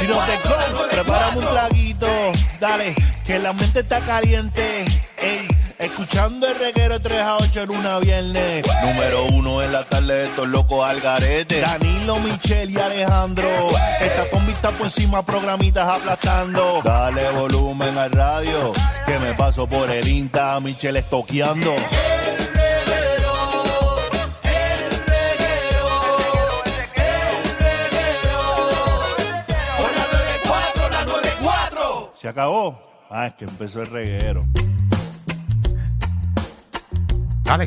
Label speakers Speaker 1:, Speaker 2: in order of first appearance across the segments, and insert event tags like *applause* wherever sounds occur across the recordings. Speaker 1: Si no te con, prepárame un traguito. Dale, que la mente está caliente. Ey, escuchando el reguero 3 a 8 en una viernes.
Speaker 2: Número uno en la tarde de estos locos al garete.
Speaker 1: Danilo, Michelle y Alejandro. Esta combi está por encima, programitas aplastando.
Speaker 2: Dale volumen al radio, que me paso por el Insta, Michelle estoqueando.
Speaker 1: ¿Se acabó? Ah, es que empezó el reguero.
Speaker 3: Dale.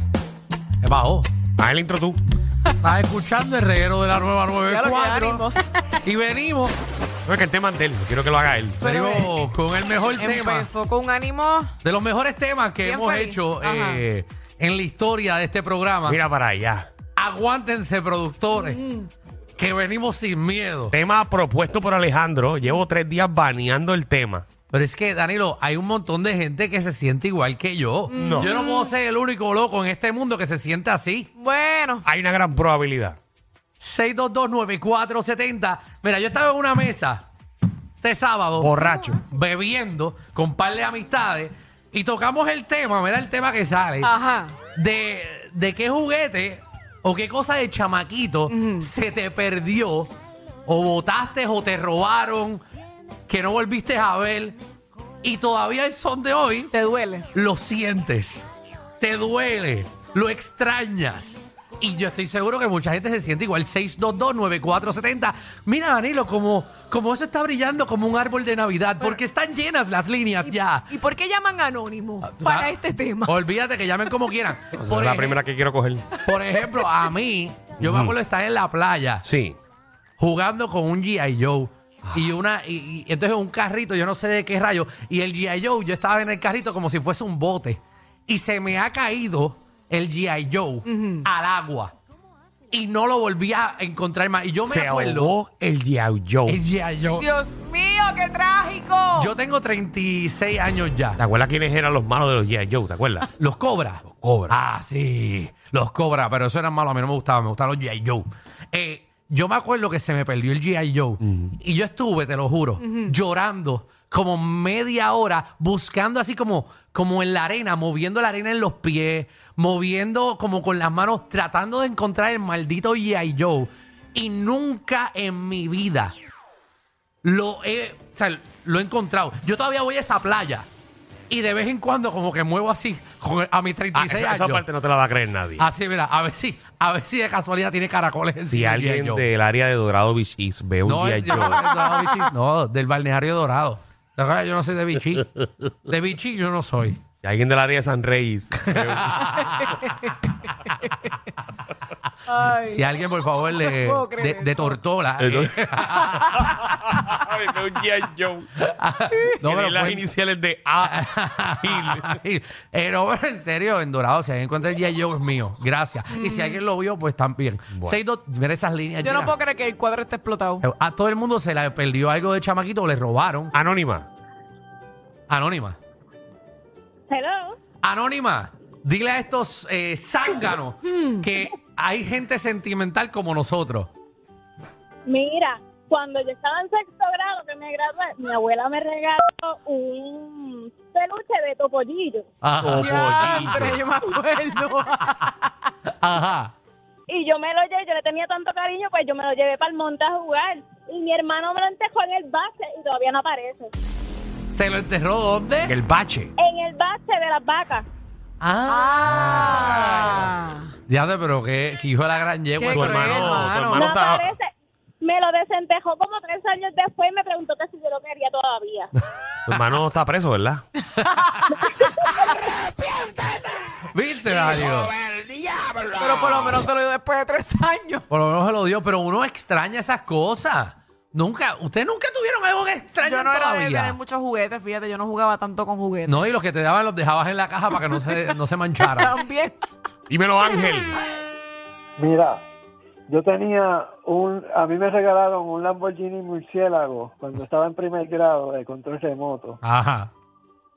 Speaker 3: ¿Qué bajó. Haz el intro tú. Estás escuchando el reguero de la nueva
Speaker 4: Ya lo que
Speaker 3: 94.
Speaker 4: ánimos.
Speaker 3: Y venimos. No es que el tema es de él, no quiero que lo haga él.
Speaker 4: Pero,
Speaker 3: venimos con el mejor tema.
Speaker 4: Empezó con un ánimo.
Speaker 3: De los mejores temas que
Speaker 4: Bien
Speaker 3: hemos
Speaker 4: feliz.
Speaker 3: hecho
Speaker 4: Ajá.
Speaker 3: eh, en la historia de este programa.
Speaker 5: Mira para allá.
Speaker 3: Aguántense, productores. Que venimos sin miedo.
Speaker 5: Tema propuesto por Alejandro. Llevo tres días baneando el tema.
Speaker 3: Pero es que, Danilo, hay un montón de gente que se siente igual que yo.
Speaker 5: No.
Speaker 3: Yo no puedo ser el único loco en este mundo que se sienta así.
Speaker 4: Bueno,
Speaker 5: Hay una gran probabilidad.
Speaker 3: 6229470. Mira, yo estaba en una mesa este sábado.
Speaker 5: Borracho.
Speaker 3: Bebiendo con par de amistades. Y tocamos el tema, mira el tema que sale.
Speaker 4: ajá.
Speaker 3: De, de qué juguete o qué cosa de chamaquito se te perdió o botaste o te robaron que no volviste a ver. Y todavía el son de hoy
Speaker 4: Te duele.
Speaker 3: lo sientes, te duele, lo extrañas. Y yo estoy seguro que mucha gente se siente igual. 6229470. Mira, Danilo, como, como eso está brillando como un árbol de Navidad, porque están llenas las líneas ya.
Speaker 4: ¿Y por qué llaman anónimo
Speaker 3: Ah,
Speaker 4: para este tema?
Speaker 3: Olvídate que llamen como quieran.
Speaker 5: Esa es
Speaker 3: Por,
Speaker 5: la
Speaker 3: ej-
Speaker 5: primera que quiero coger.
Speaker 3: por ejemplo, a mí, yo me acuerdo estar en la playa
Speaker 5: Sí. Ah.
Speaker 3: jugando con un G.I. Joe. Y una, y, y entonces un carrito, yo no sé de qué rayo. Y el G.I. Joe, yo estaba en el carrito como si fuese un bote. Y se me ha caído el G.I. Joe al agua. Y no lo volví a encontrar más. Y yo me
Speaker 5: Se
Speaker 3: acuerdo.
Speaker 5: ahogó el Yao
Speaker 3: El G.I. Joe.
Speaker 4: Dios mío, qué trágico.
Speaker 3: Yo tengo 36 años
Speaker 5: ¿Te
Speaker 3: ya.
Speaker 5: acuerdas quiénes eran los malos de los Yao ¿Te
Speaker 3: *laughs*
Speaker 5: acuerdas?
Speaker 3: Los cobra. Los
Speaker 5: cobra.
Speaker 3: Ah, sí. Los cobra. Pero eso eran malos. A mí no me gustaban. Me gustaban los G.I. Joe. Eh, yo me acuerdo que se me perdió el G.I. Joe. Y yo estuve, te lo juro, llorando como media hora buscando así como, como en la arena, moviendo la arena en los pies, moviendo como con las manos, tratando de encontrar el maldito G.I. Joe. Y nunca en mi vida lo he, o sea, lo he encontrado. Yo todavía voy a esa playa y de vez en cuando como que muevo así con- a mis
Speaker 5: Ah,
Speaker 3: 36
Speaker 5: esa, esa
Speaker 3: años.
Speaker 5: parte no te la va a creer nadie.
Speaker 3: Así, mira, a ver si, a ver si de casualidad tiene caracoles en
Speaker 5: si alguien del área de Dorado Beach East ve un
Speaker 3: no,
Speaker 5: G.I.
Speaker 3: el-
Speaker 5: Joe,
Speaker 3: no, Vichy, no, del balneario dorado. La verdad, Yo no soy de Vichy. De Vichy yo no soy.
Speaker 5: si alguien del área de San Reyes ve un-
Speaker 4: Ay,
Speaker 3: Si alguien, por favor, le,
Speaker 4: No puedo creer
Speaker 3: de,
Speaker 4: eso.
Speaker 3: de Tortola.
Speaker 5: De
Speaker 3: eh,
Speaker 5: ve un G.I. Joe,
Speaker 3: no,
Speaker 5: tiene
Speaker 3: pero
Speaker 5: las
Speaker 3: fue-
Speaker 5: iniciales de A. Gil.
Speaker 3: Eh, no, pero en serio, en Dorado, si alguien encuentra el G.I. Joe es mío. Gracias. Y si alguien lo vio, pues también. Seis dos- mira esas líneas.
Speaker 4: Mm. yo no
Speaker 3: llenas.
Speaker 4: puedo creer que el cuadro esté explotado.
Speaker 3: A todo el mundo se le perdió algo de chamaquito o le robaron.
Speaker 5: Anónima.
Speaker 3: Anónima.
Speaker 6: Hello.
Speaker 3: Anónima, dile a estos eh, zánganos
Speaker 4: Hmm.
Speaker 3: que hay gente sentimental como nosotros.
Speaker 6: Mira, cuando yo estaba en sexto grado que me gradué, mi abuela me regaló un peluche de topollillo.
Speaker 3: Ajá.
Speaker 5: Topollillo.
Speaker 3: *laughs*
Speaker 4: Diantre, yo me acuerdo.
Speaker 3: Ajá.
Speaker 6: Y yo me lo llevé, yo le tenía tanto cariño, pues yo me lo llevé para el monte a jugar. Y mi hermano me lo encejó en el base y todavía no aparece.
Speaker 3: ¿Te lo enterró
Speaker 5: En
Speaker 3: dónde?
Speaker 5: el bache.
Speaker 6: En el base de las vacas.
Speaker 4: Ah.
Speaker 3: Diablo, pero qué, qué hijo de la gran yegua.
Speaker 4: Qué
Speaker 5: Tu
Speaker 3: Tú,
Speaker 5: hermano,
Speaker 4: cruel,
Speaker 5: tu
Speaker 4: mano.
Speaker 5: hermano
Speaker 6: No
Speaker 5: está.
Speaker 6: aparece. Me lo desentejó como tres años después y me preguntó que si yo lo quería todavía.
Speaker 5: Tu hermano está preso,
Speaker 3: *laughs*
Speaker 5: ¿verdad?
Speaker 3: ¿Viste, Dario?
Speaker 4: Pero por lo menos te lo dio después de tres años.
Speaker 3: Por lo menos se lo dio, pero uno extraña esas cosas. Nunca, ustedes nunca tuvieron algo que extraño
Speaker 4: Yo no era de
Speaker 3: todavía.
Speaker 4: tener muchos juguetes, fíjate, yo no jugaba tanto con juguetes.
Speaker 3: No, y los que te daban los dejabas en la caja para que no se, no
Speaker 5: *laughs*
Speaker 3: se mancharan.
Speaker 4: También.
Speaker 5: Dímelo, Ángel.
Speaker 7: Mira, yo tenía un, a mí me regalaron un Lamborghini murciélago cuando estaba en primer grado eh, de control remoto
Speaker 3: Ajá.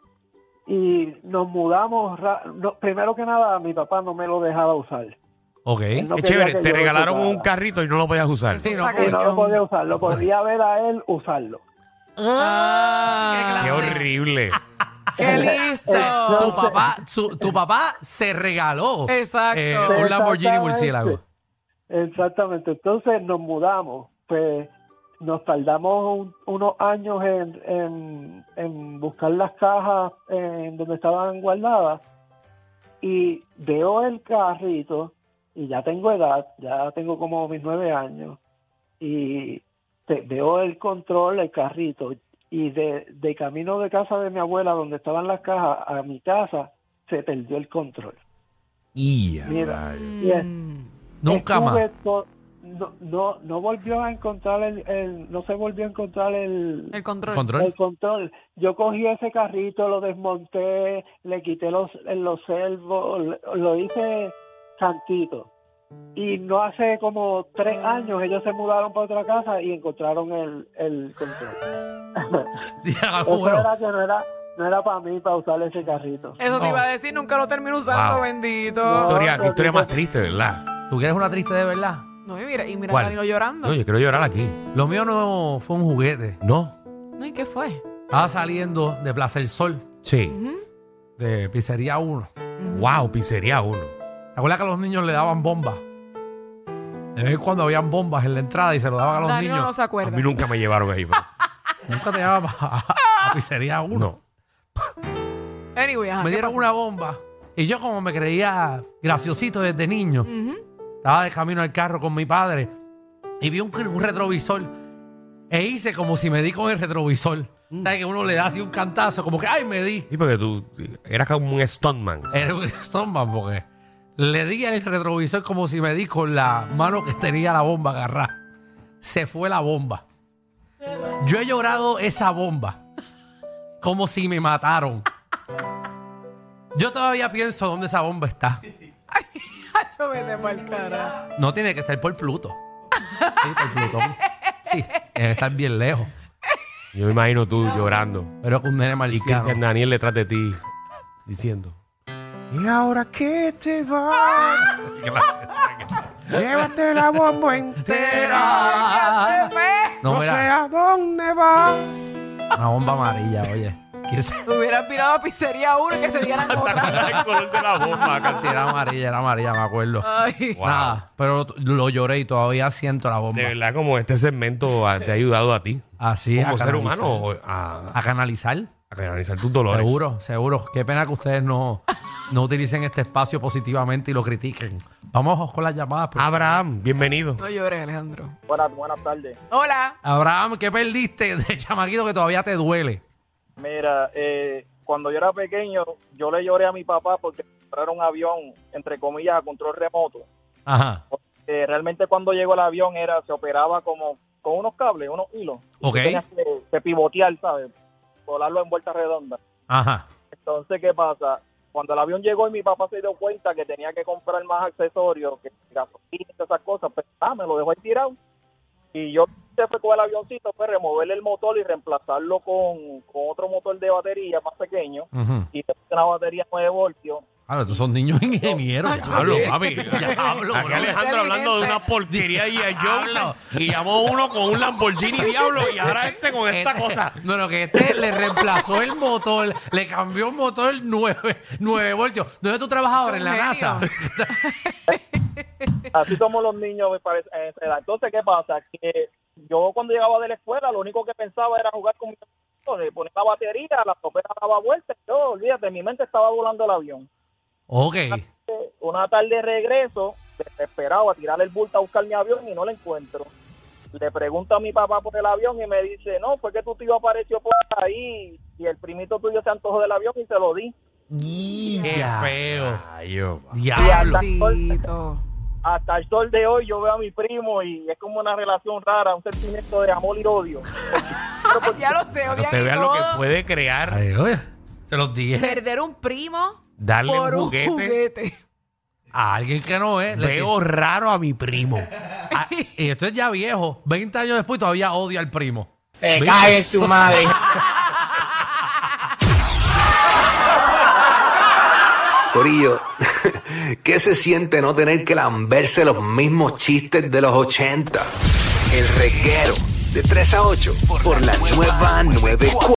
Speaker 7: *laughs* y nos mudamos, ra- no, primero que nada mi papá no me lo dejaba usar.
Speaker 3: Ok.
Speaker 7: Él no
Speaker 5: es
Speaker 7: quería
Speaker 5: chévere,
Speaker 7: que
Speaker 5: te
Speaker 7: yo lo
Speaker 5: regalaron
Speaker 7: tocara.
Speaker 5: un carrito y no lo podías usar.
Speaker 3: Sí, no,
Speaker 4: Está
Speaker 7: Y
Speaker 3: porque-
Speaker 7: no lo podía usar, lo podía ver a él usarlo.
Speaker 4: Ah,
Speaker 5: Qué horrible.
Speaker 4: ¡Qué listo!
Speaker 3: Su papá, su- tu papá se regaló
Speaker 4: Exacto.
Speaker 3: eh, un Lamborghini
Speaker 7: Exactamente.
Speaker 3: murciélago.
Speaker 7: Exactamente, entonces nos mudamos, pues nos tardamos un- unos años en, en, en buscar las cajas en donde estaban guardadas y veo el carrito y ya tengo edad, ya tengo como mis nueve años y te- veo el control, el carrito y de, de camino de casa de mi abuela donde estaban las cajas a mi casa se perdió el control. Mira, y es-
Speaker 3: Mm, Nunca
Speaker 7: Estuve
Speaker 3: más.
Speaker 7: to- no, no, no volvió a encontrar el, el- no se volvió a encontrar el,
Speaker 4: El control.
Speaker 3: Control. *laughs*
Speaker 7: el control. Yo cogí ese carrito, lo desmonté, le quité los, los servos, lo- lo hice santito. Y no hace como tres años ellos se mudaron para otra casa y encontraron el, el control. Eso
Speaker 3: Oh, Bueno,
Speaker 7: era que no era, no era para mí, para usar ese carrito.
Speaker 4: Eso te
Speaker 3: No.
Speaker 4: iba a decir, nunca lo termino usando,
Speaker 5: Wow.
Speaker 4: bendito.
Speaker 7: No.
Speaker 5: Historia, qué
Speaker 7: pero
Speaker 5: historia
Speaker 7: tú-
Speaker 5: más triste, ¿verdad?
Speaker 3: ah, ¿Tú quieres una triste de verdad?
Speaker 4: No, y mira, y mira
Speaker 5: ¿Cuál?
Speaker 4: a Danilo llorando.
Speaker 5: No, yo quiero llorar aquí.
Speaker 3: Lo mío no fue un juguete.
Speaker 5: ¿No?
Speaker 4: No, ¿y qué fue?
Speaker 3: Estaba saliendo de Plaza del Sol,
Speaker 5: Sí.
Speaker 3: de Pizzería 1.
Speaker 5: Wow, pizzería uno.
Speaker 3: ¿Te acuerdas que a los niños le daban bombas? De vez en cuando habían bombas en la entrada y se lo daban a los
Speaker 4: Danilo no
Speaker 3: niños.
Speaker 4: se
Speaker 5: A
Speaker 4: acuerda.
Speaker 5: mí nunca me llevaron ahí. pero-
Speaker 3: Nunca te daban a,
Speaker 7: *laughs*
Speaker 3: a Pizzería 1.
Speaker 5: No.
Speaker 4: Anyway, ajá,
Speaker 3: me
Speaker 4: ¿qué
Speaker 3: dieron
Speaker 4: pasó?
Speaker 3: una bomba. Y yo como me creía graciosito desde niño, estaba de camino al carro con mi padre y vi un, un retrovisor e hice como si me di con el retrovisor. ¿Sabes que uno le da así un cantazo como que, ay, me di?
Speaker 5: Sí, porque tú eras como un stuntman.
Speaker 3: Era un estómago porque le di al retrovisor como si me di con la mano que tenía la bomba agarrada. Se fue la bomba. Yo he llorado esa bomba como si me mataron. Yo todavía pienso dónde esa bomba está.
Speaker 4: Yo vete pa'l carajo.
Speaker 3: No tiene que estar por Pluto. Sí, por Plutón. Sí, tiene que estar bien lejos.
Speaker 5: Yo me imagino tú llorando.
Speaker 3: Pero con un nene
Speaker 5: Y Cristian
Speaker 3: marciano.
Speaker 5: Daniel detrás de ti diciendo. Y ahora que te *laughs* vas, llévate la bomba
Speaker 3: Entera. No,
Speaker 5: No sé
Speaker 3: mira,
Speaker 5: a dónde vas.
Speaker 3: una bomba amarilla, oye. ¿Quién se-
Speaker 4: Te hubieras pirado a pizzería uno y que te dieran otra.
Speaker 5: El color de la *laughs* bomba,
Speaker 3: Sí, era amarilla, era amarilla, me acuerdo.
Speaker 4: Ay.
Speaker 5: Wow.
Speaker 3: Nada, pero lo, lo lloré y todavía siento la bomba.
Speaker 5: De verdad, como este segmento ah, te ha ayudado a ti,
Speaker 3: Así
Speaker 5: como ser
Speaker 3: canalizar.
Speaker 5: humano, o a,
Speaker 3: A canalizar.
Speaker 5: a canalizar tus dolores.
Speaker 3: Seguro, seguro. Qué pena que ustedes no, no utilicen este espacio positivamente y lo critiquen. Vamos con las llamadas. por-
Speaker 5: Ah. Abraham, bienvenido.
Speaker 4: No llores, Alejandro.
Speaker 7: Buenas, buenas tardes.
Speaker 4: Hola.
Speaker 3: Abraham, ¿qué perdiste de chamaquito que todavía te duele?
Speaker 7: Mira, eh, cuando yo era pequeño, yo le lloré a mi papá porque compraron un avión, entre comillas, a control remoto.
Speaker 3: Ajá.
Speaker 7: Eh, realmente cuando llegó el avión era se operaba como con unos cables, unos hilos.
Speaker 3: Ok.
Speaker 7: Tenías que, que pivotear, ¿sabes? Volarlo en vuelta redonda.
Speaker 3: Ajá.
Speaker 7: Entonces, ¿qué pasa? Cuando el avión llegó y mi papá se dio cuenta que tenía que comprar más accesorios, que gasolina y todas esas cosas, pues ah, me lo dejó ahí tirado. Y yo se fue con el avioncito, pues removerle el motor y reemplazarlo con, con otro motor de batería más pequeño
Speaker 3: Ujú.
Speaker 7: y después una batería 9 voltios.
Speaker 3: Claro, estos son niños ingenieros. ya hablo, papi. Ya hablo,
Speaker 5: Aquí
Speaker 3: bro.
Speaker 5: Alejandro hablando de una porquería y a John. Y llamó uno con un Lamborghini Diablo y ahora este con esta
Speaker 3: Este-
Speaker 5: cosa.
Speaker 3: No, no, que este le reemplazó el motor, le cambió el motor 9, nueve voltios. ¿Dónde tú trabajabas? En la
Speaker 4: Genio.
Speaker 3: NASA.
Speaker 7: Así somos los niños, me parece. a esa edad. Entonces, ¿qué pasa? Que yo cuando llegaba de la escuela, lo único que pensaba era jugar con mis amigos, de poner la batería, la topera daba vueltas. Yo, olvídate, mi mente estaba volando el avión.
Speaker 3: Ok.
Speaker 7: Eh, Una tarde de regreso, desesperado, a tirar el bulto a buscar mi avión y no lo encuentro. Le pregunto a mi papá por el avión y me dice, no, fue que tu tío apareció por ahí y el primito tuyo se antojó del avión y se lo di.
Speaker 3: Qué feo.
Speaker 8: Rayo, pa.
Speaker 3: Diablo.
Speaker 4: Maldito.
Speaker 7: hasta el sol de hoy yo veo a mi primo y es como una relación rara, un sentimiento de amor y odio.
Speaker 4: Ya lo sé,
Speaker 8: Cuando
Speaker 4: odian
Speaker 8: usted
Speaker 4: y
Speaker 8: vea lo que
Speaker 4: todo.
Speaker 8: puede crear,
Speaker 3: Ay, oye, se los dije
Speaker 4: Perder un primo
Speaker 8: darle
Speaker 4: por
Speaker 8: un
Speaker 4: un
Speaker 8: juguete.
Speaker 4: juguete.
Speaker 3: a alguien que no es. le-
Speaker 8: Veo raro a mi primo.
Speaker 3: Ah, y esto es ya viejo. 20 años después todavía odia al primo.
Speaker 5: Se cae en su madre. *laughs* Corillo, *laughs* ¿qué se siente no tener que lamberse los mismos chistes de los 80? El reguero de 3 a 8 por la nueva 94.